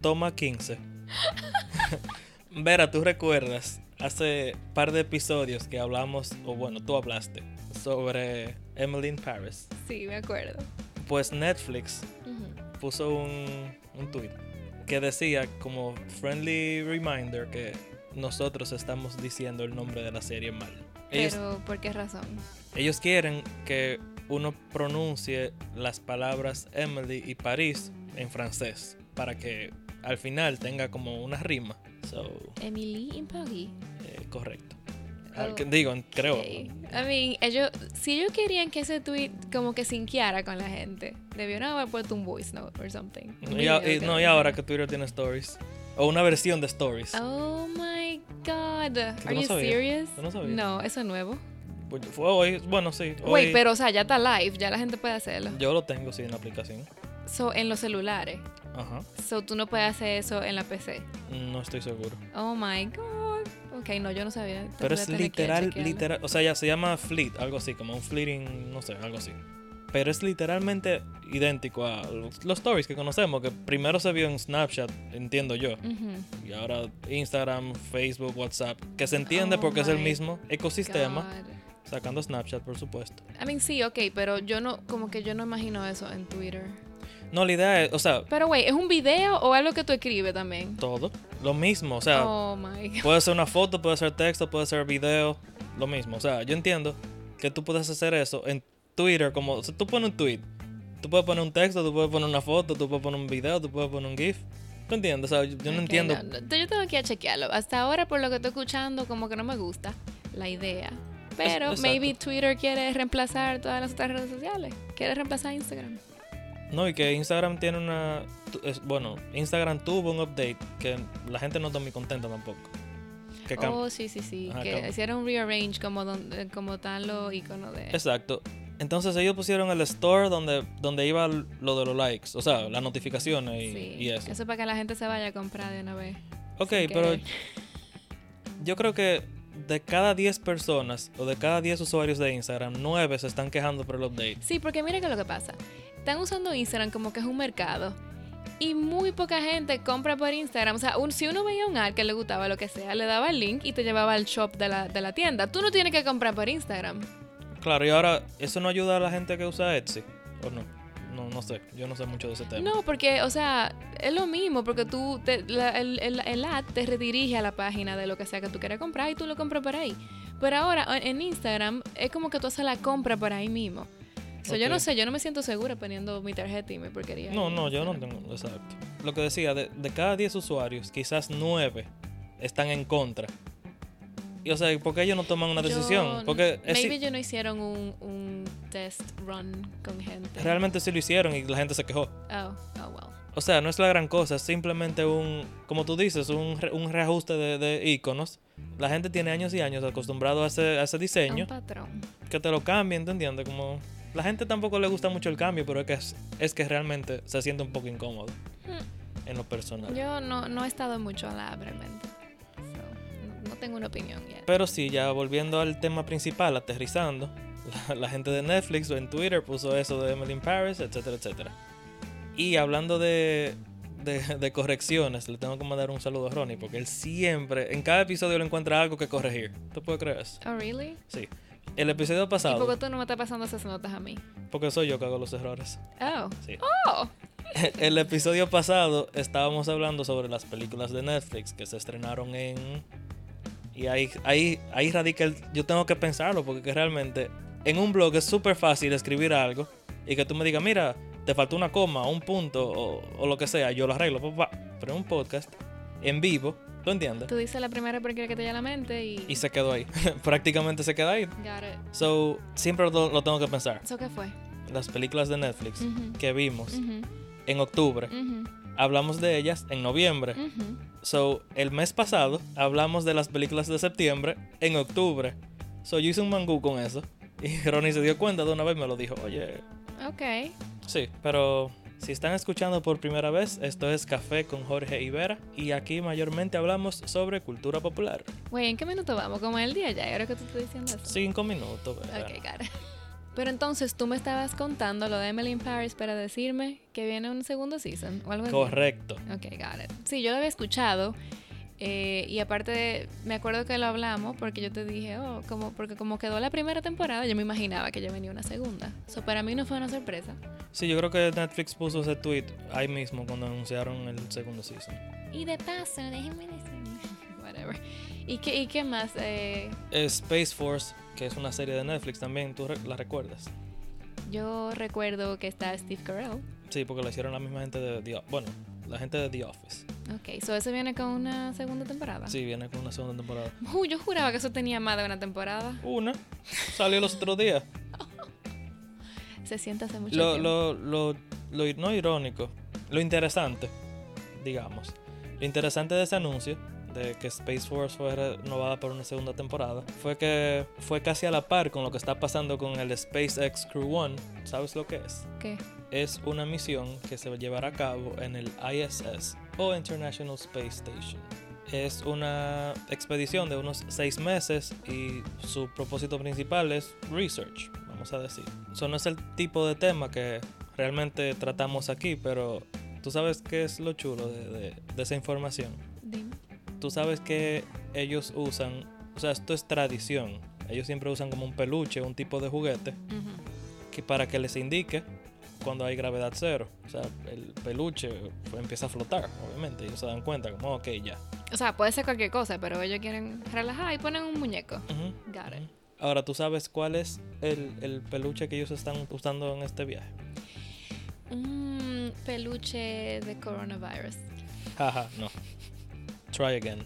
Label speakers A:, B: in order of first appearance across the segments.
A: Toma 15. Vera, ¿tú recuerdas hace par de episodios que hablamos, o bueno, tú hablaste, sobre Emily in Paris?
B: Sí, me acuerdo.
A: Pues Netflix
B: Ujú.
A: puso un, un tweet que decía como friendly reminder que nosotros estamos diciendo el nombre de la serie mal. Ellos,
B: Pero, ¿por qué razón?
A: ellos quieren que uno pronuncie las palabras Emily y París en francés para que al final tenga como una rima. So,
B: Emily in Paris.
A: eh, correcto. Al
B: Oh,
A: que- digo, creo.
B: Okay. I mean, ellos, si ellos querían que ese tweet como que sinquiara con la gente, debieron haber puesto un voice note or something. un
A: Y
B: video
A: a- y-
B: que
A: no,
B: lo
A: y ahora
B: dijera.
A: que Twitter tiene stories. O una versión de stories.
B: Oh my god.
A: tú
B: Are
A: no
B: you
A: sabías?
B: serious?
A: ¿Tú no sabías?
B: eso es nuevo.
A: Pues Fue hoy, bueno, sí.
B: Wait,
A: hoy
B: pero o sea, ya está live, ya la gente puede hacerlo.
A: Yo lo tengo, sí, en la aplicación.
B: So, en los celulares.
A: Ajá.
B: So, tú no puedes hacer eso en la PC.
A: No estoy seguro.
B: Oh my god. Ok, no, yo no sabía. Entonces
A: Pero
B: voy a
A: es
B: tener que
A: literal,
B: chequearlo.
A: literal. O sea, ya se llama Fleet, algo así, como un fleeting, no sé, algo así. Pero es literalmente idéntico a los, los stories que conocemos, que primero se vio en Snapchat, entiendo yo.
B: Ujú.
A: Y ahora Instagram, Facebook, WhatsApp, que se entiende
B: Oh
A: porque es el
B: my
A: mismo ecosistema,
B: God.
A: sacando Snapchat, por supuesto.
B: I mean, sí, ok, pero yo no, como que yo no imagino eso en Twitter.
A: No, la idea es, o sea,
B: Pero, güey, ¿es un video o algo que tú escribes también?
A: todo lo mismo, o sea,
B: oh my god.
A: Puede ser una foto, puede ser texto, puede ser video, lo mismo. O sea, yo entiendo que tú puedes hacer eso en Twitter, como o sea, tú pones un tweet, tú puedes poner un texto, tú puedes poner una foto, tú puedes poner un video, tú puedes poner un GIF. ¿Tú entiendes? O sea, yo, yo no
B: Ok,
A: entiendo.
B: no, no, yo tengo que ir a chequearlo. Hasta ahora, por lo que estoy escuchando, como que no me gusta la idea. Pero
A: Es- exacto.
B: maybe Twitter quiere reemplazar todas las otras redes sociales. Quiere reemplazar Instagram.
A: No, y que Instagram tiene una. tu- es- bueno, Instagram tuvo un update que la gente no está muy contenta tampoco. Que cam-
B: Oh, sí, sí, sí.
A: Ajá,
B: que
A: cambia.
B: hicieron un rearrange como, donde, como están los iconos de...
A: Exacto. Entonces ellos pusieron el store donde, donde iba lo de los likes, o sea, las notificaciones y,
B: sí.
A: y eso.
B: es para que la gente se vaya a comprar de una vez.
A: Ok,
B: sin
A: pero
B: querer.
A: yo creo que de cada 10 personas o de cada 10 usuarios de Instagram, 9 se están quejando por el update.
B: Sí, porque mira que lo que pasa. Están usando Instagram como que es un mercado. Y muy poca gente compra por Instagram. O sea, un- si uno veía un ad que le gustaba lo que sea, le daba el link y te llevaba al shop de la, de la tienda. Tú no tienes que comprar por Instagram.
A: Claro, y ahora, ¿eso no ayuda a la gente que usa Etsy? ¿O no? No, no sé, yo no sé mucho de ese tema.
B: No, porque, o sea, es lo mismo, porque tú, te- la- el, el, el ad te redirige a la página de lo que sea que tú quieras comprar y tú lo compras por ahí. Pero ahora en- en Instagram es como que tú haces la compra por ahí mismo. So, Yo
A: Ok.
B: no sé, yo no me siento segura poniendo mi tarjeta y mi porquería.
A: No,
B: en
A: no, yo no
B: Instagram.
A: tengo, exacto. Lo que decía, de, de cada 10 usuarios, quizás 9 están en contra. Y o sea, ¿por qué ellos no toman una
B: Yo-
A: decisión? Porque Etsy-
B: Maybe yo no hicieron un, un test run con gente.
A: realmente sí lo hicieron y la gente se quejó.
B: Oh, oh, well.
A: O sea, no es la gran cosa, es simplemente un, como tú dices, un, re- un reajuste de, de iconos. La gente tiene años y años acostumbrado a ese, a ese
B: Un
A: diseño,
B: patrón.
A: que te lo cambien, ¿te entiendes? Como, la gente tampoco le gusta mucho el cambio, pero es que, es, es que realmente se siente un poco incómodo en lo personal.
B: Yo no, no he estado mucho a la realmente. So, no, no tengo una opinión yet.
A: Pero sí, ya volviendo al tema principal, aterrizando, la, la gente de Netflix o en Twitter puso eso de Emily in Paris, etcétera, etcétera. Y hablando de, de, de correcciones, le tengo que mandar un saludo a Ronnie, porque él siempre, en cada episodio, le encuentra algo que corregir. ¿Tú puedes creer eso?
B: Oh, really?
A: Sí. El episodio
B: ¿Y por
A: pasado,
B: qué tú no me estás pasando esas notas a mí?
A: porque soy yo que hago los errores.
B: Oh.
A: Sí.
B: Oh.
A: El episodio pasado estábamos hablando sobre las películas de Netflix que se estrenaron en... Y ahí, ahí, ahí radica el... Yo tengo que pensarlo porque que realmente en un blog es súper fácil escribir algo y que tú me digas, mira, te faltó una coma, un punto o, o lo que sea, yo lo arreglo. pa, pa, pa". Pero en un podcast, en vivo, ¿tú entiendes?
B: Tú dices la primera porque que te llega a la mente y...
A: Y se quedó ahí. Prácticamente se queda ahí.
B: Got it.
A: So, siempre lo, lo tengo que pensar.
B: ¿Eso qué fue?
A: Las películas de Netflix
B: Ujú,
A: que vimos
B: ujú,
A: en octubre,
B: ujú,
A: hablamos de ellas en noviembre.
B: ujú.
A: So, el mes pasado hablamos de las películas de septiembre en octubre. So, yo hice un mangú con eso. Y Ronnie se dio cuenta de una vez y me lo dijo. Oye,
B: Ok.
A: sí, pero si están escuchando por primera vez, esto es Café con Jorge Ibera. Y aquí mayormente hablamos sobre cultura popular.
B: Güey, ¿en qué minuto vamos? Como el día ya, ahora que tú estás diciendo eso.
A: Cinco minutos, Vera.
B: Ok, got it. Pero entonces tú me estabas contando lo de Emily in Paris para decirme que viene un segundo season o algo así.
A: Correcto.
B: Ok, got it. Sí, yo lo había escuchado. eh, y aparte, de- me acuerdo que lo hablamos porque yo te dije, oh, como, porque como quedó la primera temporada, yo me imaginaba que ya venía una segunda. So, para mí no fue una sorpresa.
A: Sí, yo creo que Netflix puso ese tweet ahí mismo cuando anunciaron el segundo season.
B: Y de paso, déjenme decir. Whatever. ¿Y qué, y qué más? Eh,
A: Space Force, que es una serie de Netflix también, ¿tú re- la recuerdas?
B: yo recuerdo que está Steve Carell.
A: Sí, porque la hicieron la misma gente de The Office. Bueno, la gente de The Office.
B: Ok, so eso viene con una segunda temporada.
A: Sí, viene con una segunda temporada.
B: Uh, yo juraba que eso tenía más de una temporada.
A: Una. Salió los otros días.
B: Se siente hace mucho
A: Lo,
B: tiempo.
A: lo, lo, lo ir- no irónico, lo interesante, digamos. Lo interesante de ese anuncio, de que Space Force fue renovada por una segunda temporada, fue que fue casi a la par con lo que está pasando con el SpaceX Crew One. ¿Sabes lo que es?
B: ¿Qué?
A: Es una misión que se llevará a cabo en el ISS o International Space Station. Es una expedición de unos seis meses y su propósito principal es research, vamos a decir. Eso no es el tipo de tema que realmente tratamos aquí, pero tú sabes qué es lo chulo de, de- de esa información.
B: Dime.
A: Tú sabes que ellos usan, o sea, esto es tradición. Ellos siempre usan como un peluche, un tipo de juguete
B: Ujú.
A: que para que les indique cuando hay gravedad cero. O sea, el peluche empieza a flotar, obviamente. Ellos se dan cuenta, como, ok, ya.
B: O sea, puede ser cualquier cosa, pero ellos quieren relajar y ponen un muñeco.
A: Ujú.
B: Got it.
A: Ahora, ¿tú sabes cuál es el, el peluche que ellos están usando en este viaje?
B: Un Mm, peluche de coronavirus.
A: Jaja, no. Try again.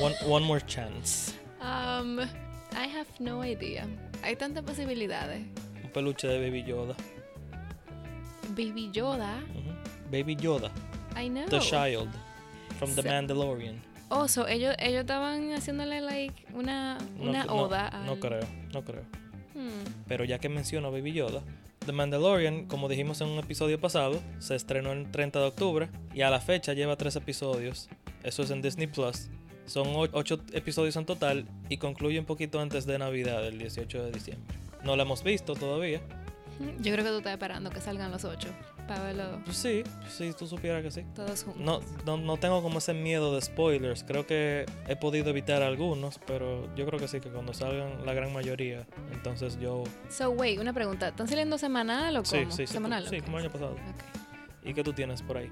A: One, one more chance.
B: Um, I have no idea. Hay tantas posibilidades.
A: Un peluche de Baby Yoda.
B: Baby Yoda.
A: Ujú. Baby Yoda,
B: I know.
A: the child from The
B: Oh. Se-
A: Mandalorian.
B: Oh, so ellos, ellos estaban haciéndole like una, una oda
A: no, no
B: al-
A: creo, no creo.
B: Hmm.
A: Pero ya que menciono a Baby Yoda, The Mandalorian, como dijimos en un episodio pasado, se estrenó el 30 de octubre y a la fecha lleva tres episodios. Eso es en Disney Plus. Son o- ocho episodios en total y concluye un poquito antes de Navidad, el 18 de diciembre. No la hemos visto todavía.
B: Yo creo que tú estás esperando que salgan los ocho para verlo
A: Pues sí, sí, tú supieras que sí.
B: todos juntos.
A: No, no, no tengo como ese miedo de spoilers. Creo que he podido evitar algunos, pero yo creo que sí, que cuando salgan la gran mayoría, entonces yo...
B: So, wait, una pregunta. ¿Están saliendo semanal o cómo?
A: Sí, sí, sí,
B: semanal.
A: sí,
B: ok.
A: como el año pasado.
B: Ok.
A: ¿Y qué tú tienes por ahí?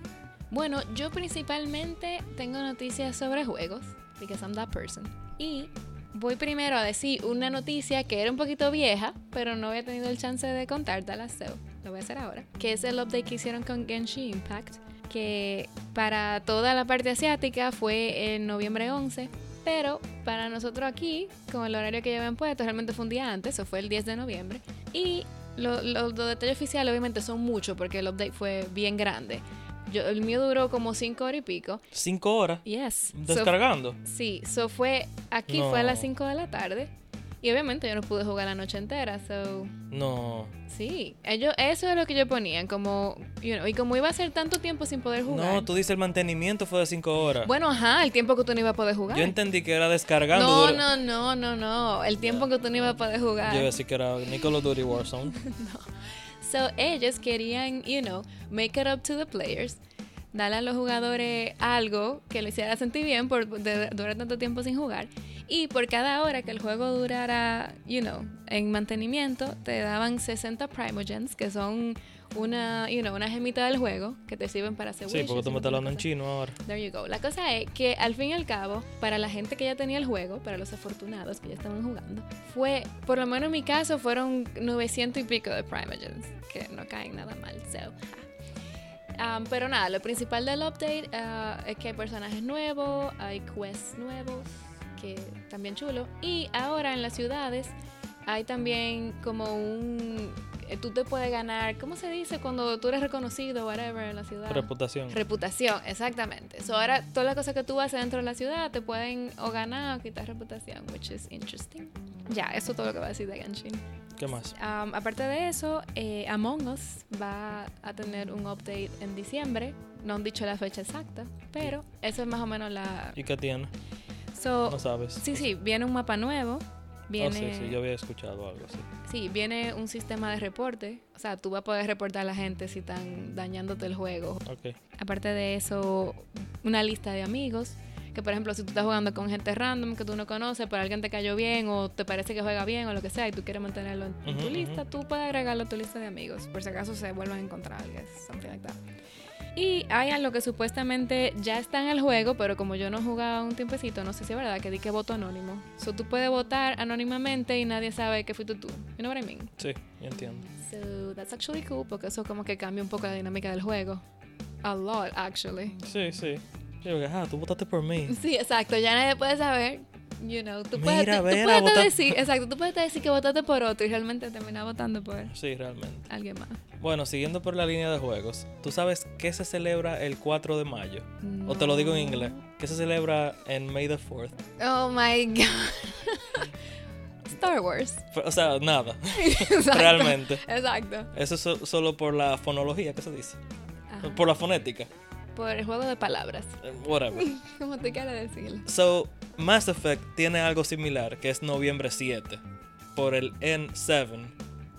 B: Bueno, yo principalmente tengo noticias sobre juegos, because I'm that person. Y voy primero a decir una noticia que era un poquito vieja, pero no había tenido el chance de contártela, so lo voy a hacer ahora. Que es el update que hicieron con Genshin Impact, que para toda la parte asiática fue en noviembre 11. Pero para nosotros aquí, con el horario que ya habían puesto, realmente fue un día antes, o fue el 10 de noviembre. Y lo- lo- los detalles oficiales obviamente son muchos porque el update fue bien grande. Yo, el mío duró como 5 horas y pico.
A: Cinco horas
B: Yes. So-
A: descargando.
B: sí, so fue aquí,
A: No.
B: fue a las 5 de la tarde. Y obviamente yo no pude jugar la noche entera, so
A: No,
B: sí. Ellos, eso es lo que yo ponía, como, you know, y como iba a ser tanto tiempo sin poder jugar.
A: no, tú dices el mantenimiento fue de cinco horas.
B: Bueno, ajá, el tiempo que tú no ibas a poder jugar.
A: Yo entendí que era descargando.
B: No,
A: dura-
B: no, no, no, no. El tiempo que tú no ibas a poder jugar.
A: Yo iba a decir que era Call of Duty Warzone.
B: So, ellos querían, you know, make it up to the players. Darle a los jugadores algo que lo hiciera sentir bien por de- durar tanto tiempo sin jugar. Y por cada hora que el juego durara, you know, en mantenimiento, te daban 60 primogens, que son una, you know, una gemita del juego que te sirven para hacer
A: sí, porque
B: wishes y
A: tú me
B: un
A: estás
B: montón de
A: hablando en
B: cosas.
A: chino ahora.
B: There you go. La cosa es que al fin y al cabo, para la gente que ya tenía el juego, para los afortunados que ya estaban jugando, fue, por lo menos en mi caso, fueron 900 y pico de Primogens, que no caen nada mal. So, ah. Um, pero nada, lo principal del update ah, es que hay personajes nuevos, hay quests nuevos, que también chulo. Y ahora en las ciudades hay también como un... eh, Tú te puedes ganar, ¿cómo se dice? Cuando tú eres reconocido, whatever, en la ciudad.
A: Reputación.
B: Reputación, exactamente. So ahora todas las cosas que tú haces dentro de la ciudad te pueden o ganar o quitar reputación, which is interesting. Ya, eso es todo lo que va a decir de Genshin.
A: ¿Qué más?
B: Um, aparte de eso, eh, Among Us va a tener un update en diciembre. No han dicho la fecha exacta, pero eso es más o menos la...
A: ¿Y qué tiene?
B: So,
A: No sabes.
B: sí, sí, viene un mapa nuevo.
A: Oh,
B: Viene,
A: sí, sí, yo había escuchado algo así.
B: sí, viene un sistema de reporte. O sea, tú vas a poder reportar a la gente si están dañándote el juego.
A: Ok.
B: Aparte de eso, una lista de amigos. Que por ejemplo, si tú estás jugando con gente random que tú no conoces, pero alguien te cayó bien o te parece que juega bien o lo que sea y tú quieres mantenerlo en tu
A: Ujú,
B: lista, tú puedes agregarlo a tu lista de amigos. Por si acaso se vuelvan a encontrar, I guess, something like that. Y hay algo que supuestamente ya está en el juego, pero como yo no jugaba un tiempecito, no sé si es verdad, que di que voto anónimo. So, tú puedes votar anónimamente y nadie sabe que fuiste tú. You know what I mean?
A: Sí, yo entiendo.
B: So, that's actually cool, porque eso como que cambia un poco la dinámica del juego. A lot, actually.
A: Sí, sí. Yo digo, ah, tú votaste por mí.
B: Sí, exacto, ya nadie puede saber. You know, tú puedes,
A: Mira,
B: tú- tú
A: Vera,
B: puedes
A: vota-
B: decir, exacto, tú puedes decir que votaste por otro y realmente terminas votando por
A: Sí, realmente.
B: alguien más.
A: Bueno, siguiendo por la línea de juegos, ¿tú sabes qué se celebra el 4 de mayo? O te lo digo en
B: No.
A: inglés. ¿Qué se celebra en May the 4th?
B: Oh my god. Star Wars.
A: F- O sea, nada,
B: Exacto,
A: realmente.
B: Exacto.
A: Eso es so- solo por la fonología que se dice.
B: Ajá.
A: Por la fonética.
B: Por el juego de palabras.
A: Eh, Whatever.
B: Como te quiera decir.
A: So, Mass Effect tiene algo similar, que es noviembre 7, por el N7,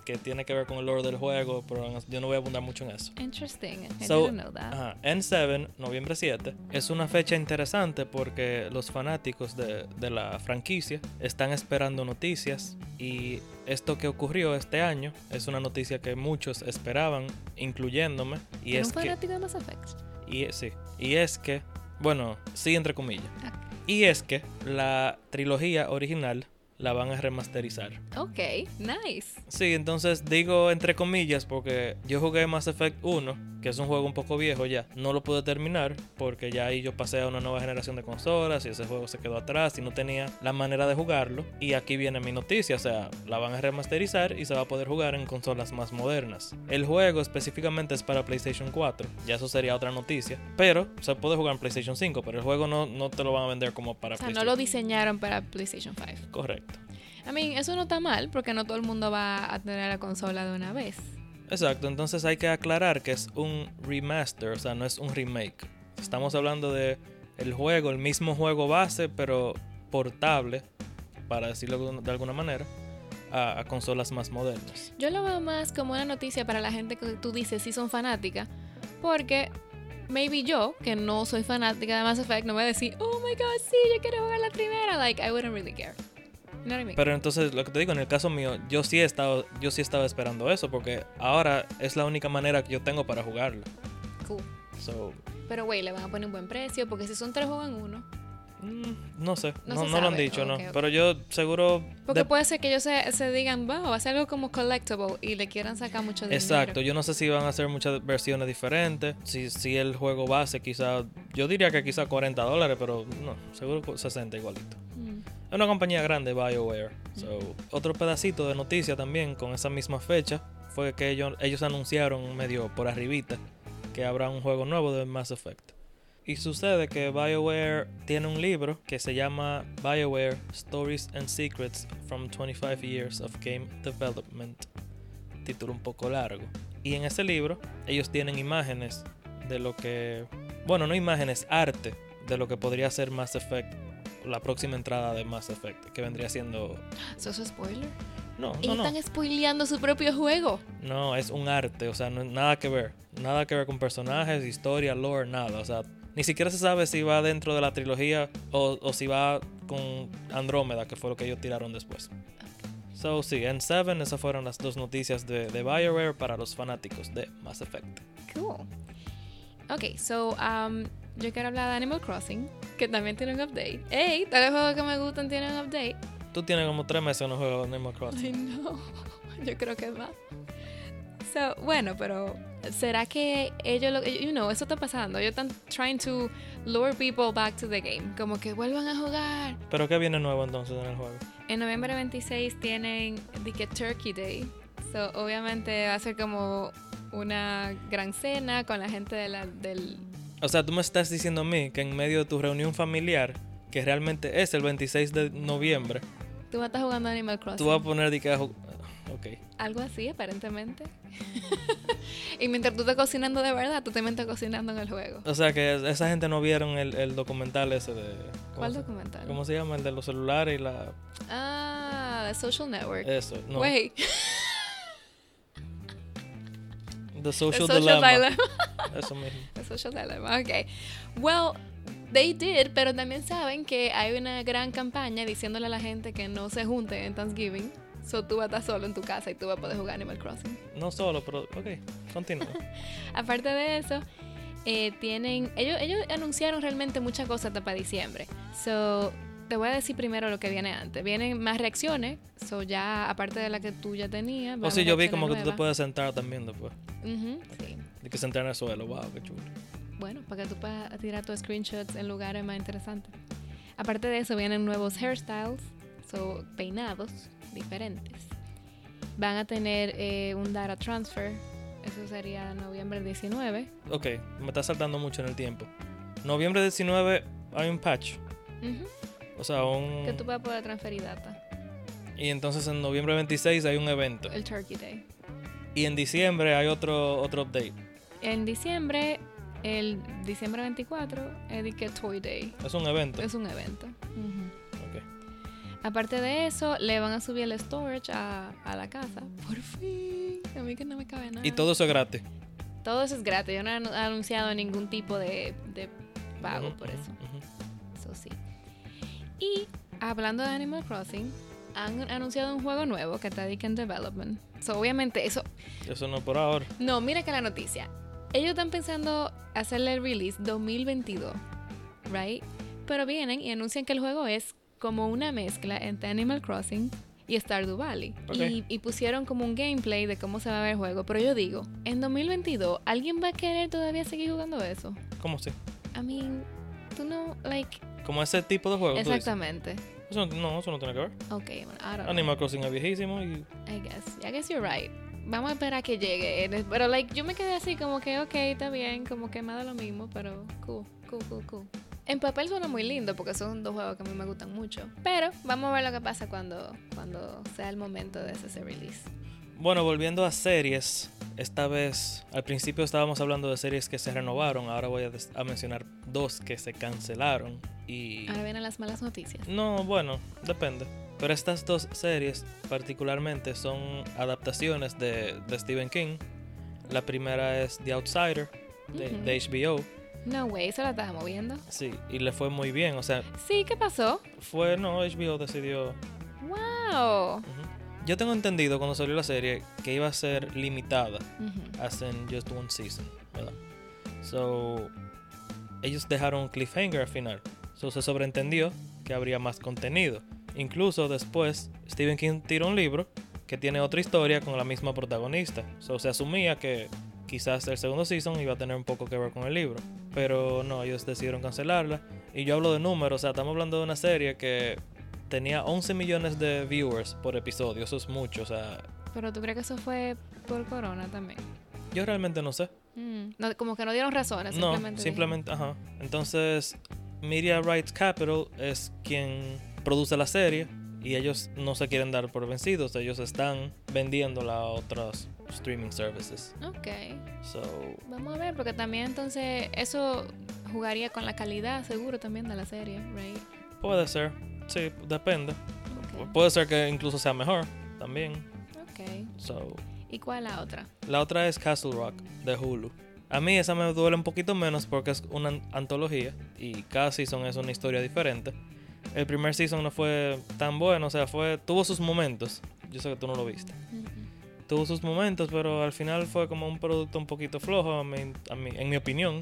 A: que tiene que ver con el lore del juego, pero no- yo no voy a abundar mucho en eso.
B: Interesting. I
A: So,
B: didn't know that.
A: Ajá, N7, noviembre 7, es una fecha interesante porque los fanáticos de, de la franquicia están esperando noticias y esto que ocurrió este año es una noticia que muchos esperaban, incluyéndome, y
B: ¿Era
A: es
B: un
A: que...
B: fanático de Mass Effect?
A: Y, sí, y es que, bueno, sí entre comillas.
B: Ah.
A: Y es que la trilogía original la van a remasterizar.
B: Ok, nice.
A: Sí, entonces digo entre comillas porque yo jugué Mass Effect 1, que es un juego un poco viejo ya. No lo pude terminar porque ya ahí yo pasé a una nueva generación de consolas y ese juego se quedó atrás y no tenía la manera de jugarlo. Y aquí viene mi noticia, o sea, la van a remasterizar y se va a poder jugar en consolas más modernas. El juego específicamente es para PlayStation 4, ya eso sería otra noticia. Pero se puede jugar en PlayStation 5, pero el juego no, no te lo van a vender como para
B: O sea, no
A: PlayStation
B: lo diseñaron para PlayStation 5.
A: Correcto.
B: I mean, eso no está mal porque no todo el mundo va a tener la consola de una vez.
A: Exacto, entonces hay que aclarar que es un remaster, o sea, no es un remake. Estamos hablando de el juego, el mismo juego base, pero portable, para decirlo de alguna manera, a, a consolas más modernas.
B: Yo lo veo más como una noticia para la gente que tú dices si son fanáticas, porque maybe yo, que no soy fanática de Mass Effect, no voy a decir, oh my god, sí, yo quiero jugar la primera. Like, I wouldn't really care. You know what I mean?
A: Pero entonces, lo que te digo, en el caso mío, yo sí he estado, yo sí estaba esperando eso, porque ahora es la única manera que yo tengo para jugarlo.
B: Cool.
A: So,
B: Pero, güey, le van a poner un buen precio porque si son tres juegos en uno.
A: mm, no sé,
B: No
A: no,
B: se
A: no lo han
B: sabe,
A: dicho,
B: ok,
A: no.
B: ok.
A: Pero yo seguro...
B: Porque
A: de-
B: puede ser que ellos se, se digan, wow, va a ser algo como collectible y le quieran sacar mucho dinero.
A: Exacto, yo no sé si van a hacer muchas versiones diferentes. Si, si el juego base, quizá, yo diría que quizá 40 dólares, pero no, seguro que 60 igualito.
B: Mm.
A: Es una compañía grande, BioWare. So, otro pedacito de noticia también con esa misma fecha fue que ellos, ellos anunciaron medio por arribita que habrá un juego nuevo de Mass Effect. Y sucede que BioWare tiene un libro que se llama BioWare Stories and Secrets from 25 Years of Game Development. Título un poco largo. Y en ese libro ellos tienen imágenes de lo que... Bueno, no imágenes, arte de lo que podría ser Mass Effect. La próxima entrada de Mass Effect, que vendría siendo...
B: ¿Eso es spoiler?
A: No, no,
B: Ellos
A: no.
B: están spoileando su propio juego.
A: No, es un arte, o sea, no, nada que ver. Nada que ver con personajes, historia, lore, nada. O sea, ni siquiera se sabe si va dentro de la trilogía o, o si va con Andrómeda, que fue lo que ellos tiraron después. So, sí, en Seven, esas fueron las dos noticias de, de BioWare para los fanáticos de Mass Effect.
B: Cool. Ok, so um, yo quiero hablar de Animal Crossing, que también tiene un update. ¡Ey! Todos los juegos que me gustan tienen un update.
A: Tú tienes como tres meses que no juegas Animal Crossing.
B: Ay, no. Yo creo que más. So, bueno, pero ¿será que ellos lo you know, eso está pasando? Ellos están trying to lure people back to the game, como que vuelvan a jugar.
A: Pero ¿qué viene nuevo entonces en el juego?
B: En noviembre 26 tienen de que Turkey Day. So, obviamente va a ser como una gran cena con la gente de la, del
A: O sea, tú me estás diciendo a mí que en medio de tu reunión familiar, que realmente es el 26 de noviembre,
B: Tú vas a estar jugando Animal Crossing.
A: tú vas a poner de que... a ju- Ok.
B: Algo así, aparentemente. y mientras tú estás cocinando de verdad, tú también estás cocinando en el juego.
A: O sea que esa gente no vieron el, el documental ese de... ¿cómo
B: ¿Cuál
A: se-
B: documental?
A: ¿Cómo se llama? El de los celulares y la...
B: Ah, The Social Network.
A: Eso, Eh, no.
B: Wait,
A: The
B: The
A: Social,
B: Social
A: Dilemma.
B: Dilemma.
A: Eso mismo.
B: The Social Dilemma, ok. Well, they did, pero también saben que hay una gran campaña diciéndole a la gente que no se junte en Thanksgiving. So tú vas a estar solo en tu casa y tú vas a poder jugar Animal Crossing.
A: No solo, pero. Ok, continúa.
B: Aparte de eso, eh, tienen. Ellos, ellos anunciaron realmente muchas cosas hasta para diciembre. So, te voy a decir primero lo que viene antes. Vienen más reacciones. So, ya, aparte de la que tú ya tenías.
A: o
B: vamos
A: sí, yo vi
B: reacciones
A: como que tú te
B: nuevas.
A: puedes sentar también después.
B: Ujú, sí.
A: De que sentar en el suelo. Wow, qué chulo.
B: Bueno, para que tú puedas tirar tus screenshots en lugares más interesantes. Aparte de eso, vienen nuevos hairstyles, so, peinados diferentes. Van a tener eh, un data transfer, eso sería noviembre 19.
A: Ok, me está saltando mucho en el tiempo. Noviembre 19 hay un patch.
B: Ujú,
A: O sea, un.
B: Que tú vas a poder transferir data.
A: Y entonces en noviembre 26 hay un evento.
B: El Turkey Day.
A: Y en diciembre hay otro, otro update.
B: En diciembre, el diciembre 24, es de que Toy Day.
A: Es un evento.
B: Es un evento. Ujú.
A: Ok.
B: Aparte de eso, le van a subir el storage a, a la casa. Por fin. A mí que no me cabe nada.
A: Y todo eso es gratis.
B: Todo eso es gratis. Yo no he anu- anunciado ningún tipo de, de pago
A: Ujú,
B: por
A: ujú,
B: eso.
A: ujú.
B: Eso sí. Y hablando de Animal Crossing, han anunciado un juego nuevo que está de que en development. So, obviamente, eso.
A: Eso no por ahora.
B: No, mira que la noticia. Ellos están pensando hacerle el release 2022, ¿right? Pero vienen y anuncian que el juego es como una mezcla entre Animal Crossing y Stardew Valley.
A: Ok.
B: Y, y pusieron como un gameplay de cómo se va a ver el juego. Pero yo digo, en 2022, ¿alguien va a querer todavía seguir jugando eso?
A: ¿Cómo sí?
B: I mean, tú no, like.
A: Como ese tipo de juego. tú dices.
B: Exactamente.
A: Eso no- no, eso no tiene que ver.
B: Ok, bueno, I don't know.
A: Animal Crossing es viejísimo y
B: I guess. I guess you're right. Vamos a esperar a que llegue. en- Pero, like, yo me quedé así como que, ok, está bien, como que me da lo mismo, pero cool, cool, cool, cool. En papel suena muy lindo porque son dos juegos que a mí me gustan mucho. Pero vamos a ver lo que pasa cuando, cuando sea el momento de hacer ese release.
A: Bueno, volviendo a series, esta vez al principio estábamos hablando de series que se renovaron, ahora voy a, des- a mencionar dos que se cancelaron y...
B: Ahora vienen las malas noticias.
A: No, bueno, depende. Pero estas dos series particularmente son adaptaciones de, de Stephen King. La primera es The Outsider de,
B: Ujú.
A: de HBO,
B: No way, eso la estaba moviendo.
A: sí, y le fue muy bien, o sea,
B: Sí, ¿qué pasó?
A: fue, no, HBO decidió...
B: ¡Wow!
A: ujú. Yo tengo entendido cuando salió la serie que iba a ser limitada.
B: Ujú.
A: hacen just one season, ¿verdad? So, ellos dejaron un cliffhanger al final. So, se sobreentendió que habría más contenido. Incluso después, Stephen King tiró un libro que tiene otra historia con la misma protagonista. So, se asumía que quizás el segundo season iba a tener un poco que ver con el libro. Pero no, ellos decidieron cancelarla. Y yo hablo de números, o sea, estamos hablando de una serie que tenía 11 millones de viewers por episodio. Eso es mucho, o sea,
B: Pero tú crees que eso fue por corona también.
A: yo realmente no sé.
B: Mm. No, como que no dieron razones,
A: No,
B: simplemente. dijeron.
A: simplemente, ajá. Entonces, Media Rights Capital es quien produce la serie y ellos no se quieren dar por vencidos, ellos están vendiéndola a otros streaming services.
B: Ok.
A: So,
B: Vamos a ver, porque también entonces eso jugaría con la calidad, seguro, también de la serie, right?
A: puede ser, sí, depende.
B: Ok.
A: Puede ser que incluso sea mejor también.
B: ok.
A: So,
B: ¿Y cuál la otra?
A: la otra es Castle Rock de Hulu. A mí esa me duele un poquito menos porque es una an- antología y cada season es una historia diferente. El primer season no fue tan bueno, o sea, fue tuvo sus momentos. Yo sé que tú no lo viste. Tuvo sus momentos, pero al final fue como un producto un poquito flojo, a mi- a mi- en mi opinión.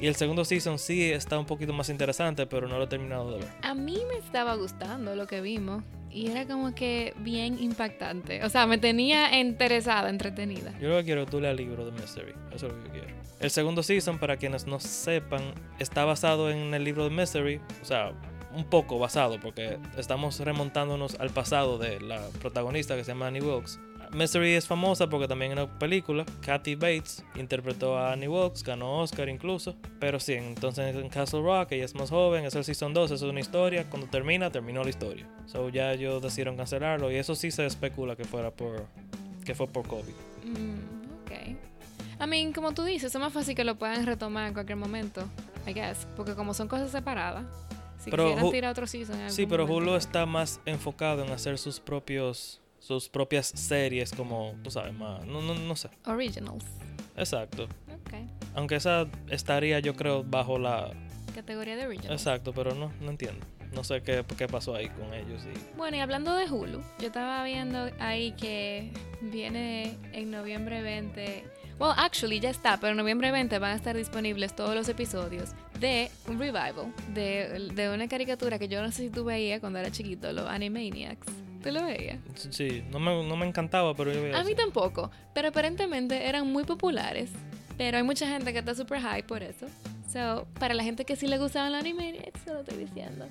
A: Y el segundo season sí está un poquito más interesante, pero no lo he terminado de ver.
B: A mí me estaba gustando lo que vimos y era como que bien impactante. O sea, me tenía interesada, entretenida.
A: Yo lo que quiero es que tú leas el libro de Mystery. Eso es lo que yo quiero. El segundo season, para quienes no sepan, está basado en el libro de Mystery. O sea, un poco basado, porque estamos remontándonos al pasado de la protagonista que se llama Annie Wilkes. Mystery es famosa porque también en la película, Kathy Bates interpretó a Annie Wilkes, ganó Oscar incluso. Pero sí, entonces en Castle Rock ella es más joven, es el season 2, eso es una historia. Cuando termina, terminó la historia. So ya ellos decidieron cancelarlo y eso sí se especula que fuera por. que fue por COVID.
B: Mm, ok. I mean, como tú dices, es más fácil que lo puedan retomar en cualquier momento, I guess. Porque como son cosas separadas, Si
A: Pero
B: quisieran
A: Ju-
B: tirar otro season. en
A: Sí,
B: algún
A: pero
B: momento.
A: Hulu está más enfocado en hacer sus propios sus propias series como, tú sabes, más, no, no, no sé.
B: Originals.
A: Exacto.
B: Ok.
A: Aunque esa estaría, yo creo, bajo la...
B: Categoría de originals.
A: Exacto, pero no, no entiendo. No sé qué, qué pasó ahí con ellos y...
B: Bueno, y hablando de Hulu, yo estaba viendo ahí que viene en noviembre 20. Well, actually ya está, pero en noviembre 20 van a estar disponibles todos los episodios de un revival de, de una caricatura que yo no sé si tú veías cuando era chiquito, los Animaniacs. ¿Tú lo veías?
A: Sí, no me, no me encantaba, pero yo veía
B: A mí
A: eso.
B: tampoco, pero aparentemente eran muy populares. Pero hay mucha gente que está super high por eso. So, para la gente que sí le gustaban los Animaniacs, se lo estoy diciendo.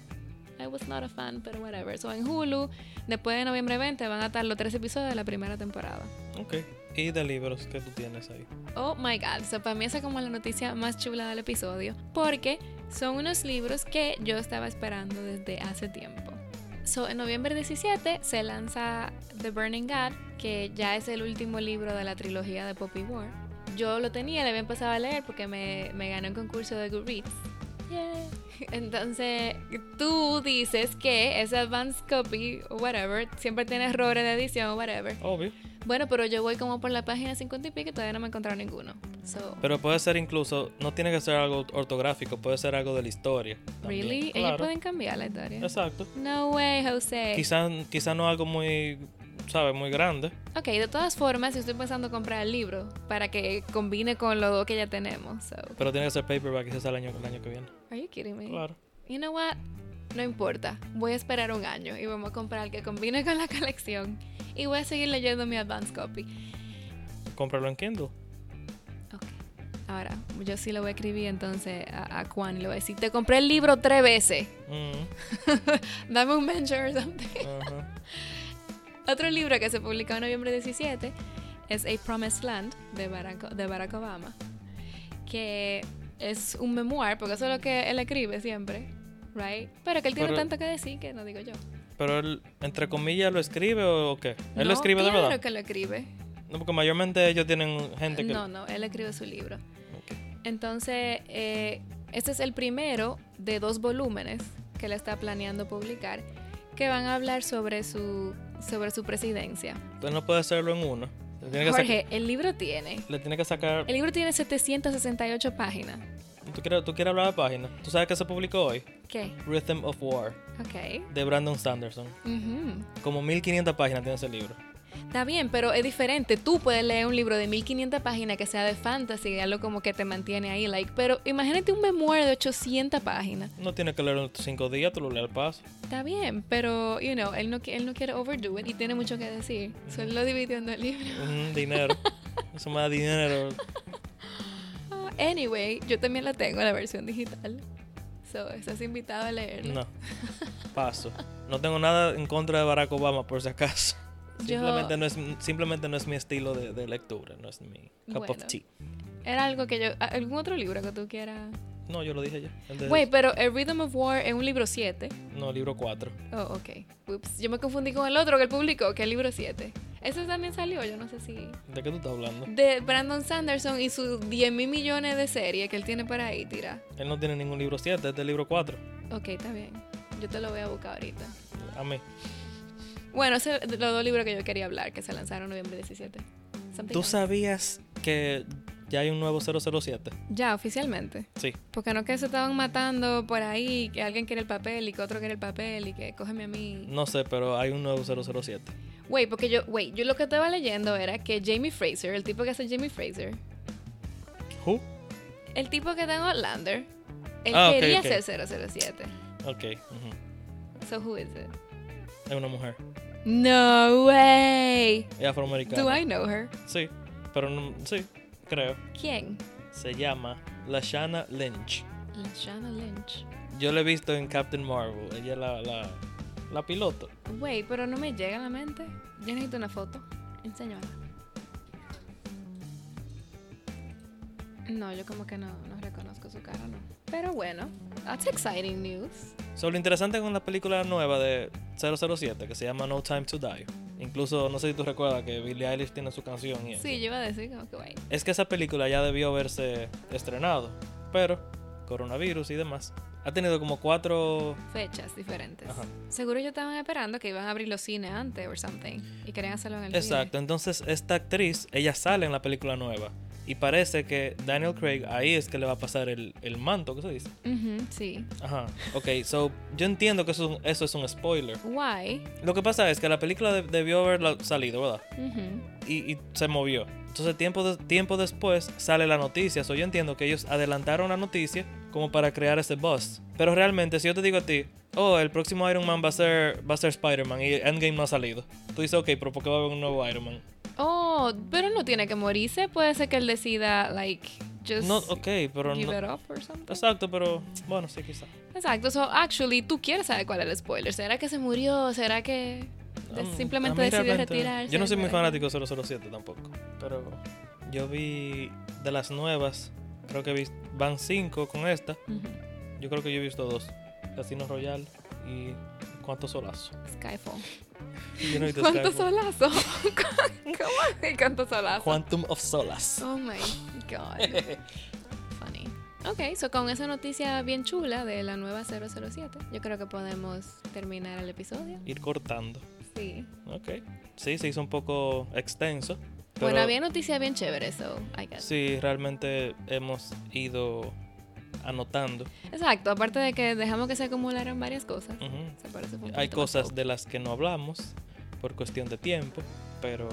B: I was not a fan, pero whatever. So, en Hulu, después de noviembre 20, van a estar los tres episodios de la primera temporada.
A: Ok. ¿Y de libros que tú tienes ahí?
B: Oh my god, so, para mí esa es como la noticia más chula del episodio, porque son unos libros que yo estaba esperando desde hace tiempo. So, en noviembre 17 se lanza The Burning God, que ya es el último libro de la trilogía de Poppy War. Yo lo tenía, le había empezado a leer porque me, me ganó un concurso de Goodreads. Yay. Entonces, tú dices que ese advanced copy o whatever siempre tiene errores de edición o whatever.
A: Obvio.
B: Bueno, pero yo voy como por la página 50 y pico y todavía no me he encontrado ninguno. So,
A: Pero puede ser incluso, no tiene que ser algo ortográfico, puede ser algo de la historia. también.
B: really?
A: Claro.
B: Ellos pueden cambiar la historia.
A: Exacto.
B: No way, Jose.
A: Quizás quizá no algo muy, ¿sabes? Muy grande.
B: Ok, de todas formas, yo estoy pensando comprar el libro para que combine con los dos que ya tenemos. So,
A: Pero tiene que ser paperback, ese es el año, el año que viene.
B: are you kidding me?
A: Claro.
B: You know what? No importa. Voy a esperar un año y vamos a comprar el que combine con la colección. Y voy a seguir leyendo mi advance copy.
A: Cómpralo en Kindle.
B: Ok. Ahora, yo sí lo voy a escribir entonces a, a Juan y le voy a decir, te compré el libro tres veces.
A: Mm,
B: Dame un mention or something.
A: ajá.
B: Otro libro que se publicó en noviembre 17 es A Promised Land de Barack, de Barack Obama, que es un memoir, porque eso es lo que él escribe siempre, right? Pero que él tiene
A: Pero-
B: tanto que decir que no digo yo.
A: Pero él, entre comillas, ¿lo escribe o qué? ¿Él lo
B: No,
A: escribe de
B: claro
A: verdad?
B: que lo escribe.
A: No, porque mayormente ellos tienen gente que...
B: No, no, él escribe su libro.
A: Ok.
B: Entonces, eh, este es el primero de dos volúmenes que él está planeando publicar, que van a hablar sobre su, sobre su presidencia.
A: Entonces no puede hacerlo en uno. Le tiene que,
B: Jorge, el libro tiene...
A: saca- le tiene que sacar...
B: El libro tiene 768 páginas.
A: ¿Tú quieres, tú quieres hablar de página? ¿Tú sabes que se publicó hoy?
B: ¿Qué?
A: Rhythm of War,
B: Ok.
A: de Brandon Sanderson.
B: Ujú.
A: Como 1500 páginas tiene ese libro.
B: Está bien, pero es diferente. Tú puedes leer un libro de 1500 páginas que sea de fantasy, y algo como que te mantiene ahí, like. Pero imagínate un memoir de 800 páginas.
A: No tienes que leerlo en tus cinco días, tú lo lees al paso.
B: Está bien, pero, you know, él no, qui- él no quiere overdo it y tiene mucho que decir. Solo lo dividió en dos libros.
A: Mm, dinero. Eso me da dinero.
B: Ah, Anyway, yo también la tengo, la versión digital. So, estás invitado a leerla.
A: No. Paso. No tengo nada en contra de Barack Obama, por si acaso.
B: Yo-
A: Simplemente, no, es, simplemente no es mi estilo de, de lectura, no es mi cup
B: Bueno.
A: of tea.
B: Era algo que yo... ¿Algún otro libro que tú quieras...?
A: No, yo lo dije ya. El de-
B: Güey, pero El Rhythm of War es un libro 7.
A: No, libro 4.
B: Oh, ok. Ups, yo me confundí con el otro que él publicó, que es el libro 7. Ese también salió, yo no sé si.
A: ¿De qué tú estás hablando?
B: De Brandon Sanderson y sus 10 mil millones de series que él tiene para ahí, tira.
A: Él no tiene ningún libro 7, este es del libro 4.
B: Ok, está bien. Yo te lo voy a buscar ahorita.
A: A mí.
B: Bueno, ese es los dos libros que yo quería hablar, que se lanzaron en noviembre 17. Something
A: ¿Tú
B: else.
A: sabías que ya hay un nuevo 007?
B: Ya, oficialmente.
A: Sí.
B: Porque no que se estaban matando por ahí, que alguien quiere el papel y que otro quiere el papel y que cógeme a mí.
A: No sé, pero hay un nuevo 007.
B: Güey, porque yo, güey, yo lo que estaba leyendo era que Jamie Fraser, el tipo que hace Jamie Fraser,
A: ¿Who?
B: El tipo que está en Outlander, él
A: Ah, ok,
B: quería
A: ok.
B: ser 007.
A: Ok. ujú.
B: So who is it?
A: Es una mujer.
B: No way.
A: Es afroamericana.
B: Do I know her?
A: Sí. Pero no, sí, creo.
B: ¿Quién?
A: Se llama Lashana Lynch.
B: Lashana Lynch.
A: Yo la he visto en Captain Marvel. Ella es la, la, la piloto.
B: Güey, pero no me llega a la mente. Yo necesito una foto. Enséñala. No, yo como que no, no reconozco su cara, no. Pero bueno, that's exciting news.
A: So, lo interesante con la película nueva de 007 que se llama No Time to Die. Incluso, no sé si tú recuerdas que Billie Eilish tiene su canción. Y
B: Sí, yo iba a decir como que, güey,
A: Es que esa película ya debió haberse estrenado, pero coronavirus y demás Ha tenido como cuatro.
B: Fechas diferentes.
A: Ajá.
B: Seguro ellos estaban esperando que iban a abrir los cines antes o something. Y querían hacerlo en el cine.
A: Exacto. Entonces, esta actriz, ella sale en la película nueva. Y parece que Daniel Craig ahí es que le va a pasar el, el manto, ¿qué se dice?
B: Ujú, sí.
A: Ajá. Ok, so yo entiendo que eso, es un- eso es un spoiler.
B: Guay.
A: Lo que pasa es que la película de- debió haber salido, ¿verdad?
B: Ujú.
A: y, y se movió. Entonces tiempo, de- tiempo después sale la noticia. So, yo entiendo que ellos adelantaron la noticia como para crear ese buzz. Pero realmente si yo te digo a ti, oh, el próximo Iron Man va a ser, va a ser Spider-Man y Endgame no ha salido. Tú dices, ok, pero ¿por qué va a haber un nuevo Iron Man?
B: Oh, pero no tiene que morirse. Puede ser que él decida, like, just
A: No, ok, pero
B: give
A: no.
B: it up or something.
A: Exacto, pero bueno, sí, quizá.
B: Exacto. So, actually, tú quieres saber cuál es el spoiler. ¿Será que se murió? ¿Será que de-
A: Mm,
B: simplemente
A: a mí
B: decidió
A: realmente-
B: retirarse?
A: Yo no soy muy
B: ¿Será?
A: fanático de 007 tampoco. Pero yo vi de las nuevas, creo que vi, van cinco con esta.
B: Ujú.
A: Yo creo que yo he visto dos. Casino Royale y Cuánto Solazo.
B: Skyfall.
A: Yo no he visto
B: ¿Cuánto
A: Skyfall.
B: solazo? ¿Cómo así? ¿Cuánto solazo?
A: Quantum of Solas.
B: Oh my god. Funny. Ok, so con esa noticia bien chula de la nueva 007, yo creo que podemos terminar el episodio.
A: Ir cortando.
B: Sí.
A: Ok. Sí, se hizo un poco extenso. Pero
B: bueno, había noticias bien chéveres, so I guess.
A: Sí, realmente hemos ido anotando.
B: Exacto, aparte de que dejamos que se acumularan varias cosas.
A: Ujú.
B: se parece un
A: Hay
B: poquito más
A: cosas
B: cool.
A: de las que no hablamos por cuestión de tiempo, pero,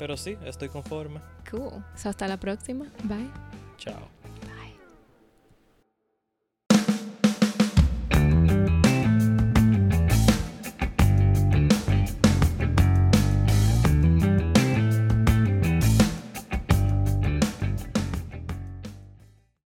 A: pero sí, estoy conforme.
B: Cool. So hasta la próxima. Bye.
A: Chao.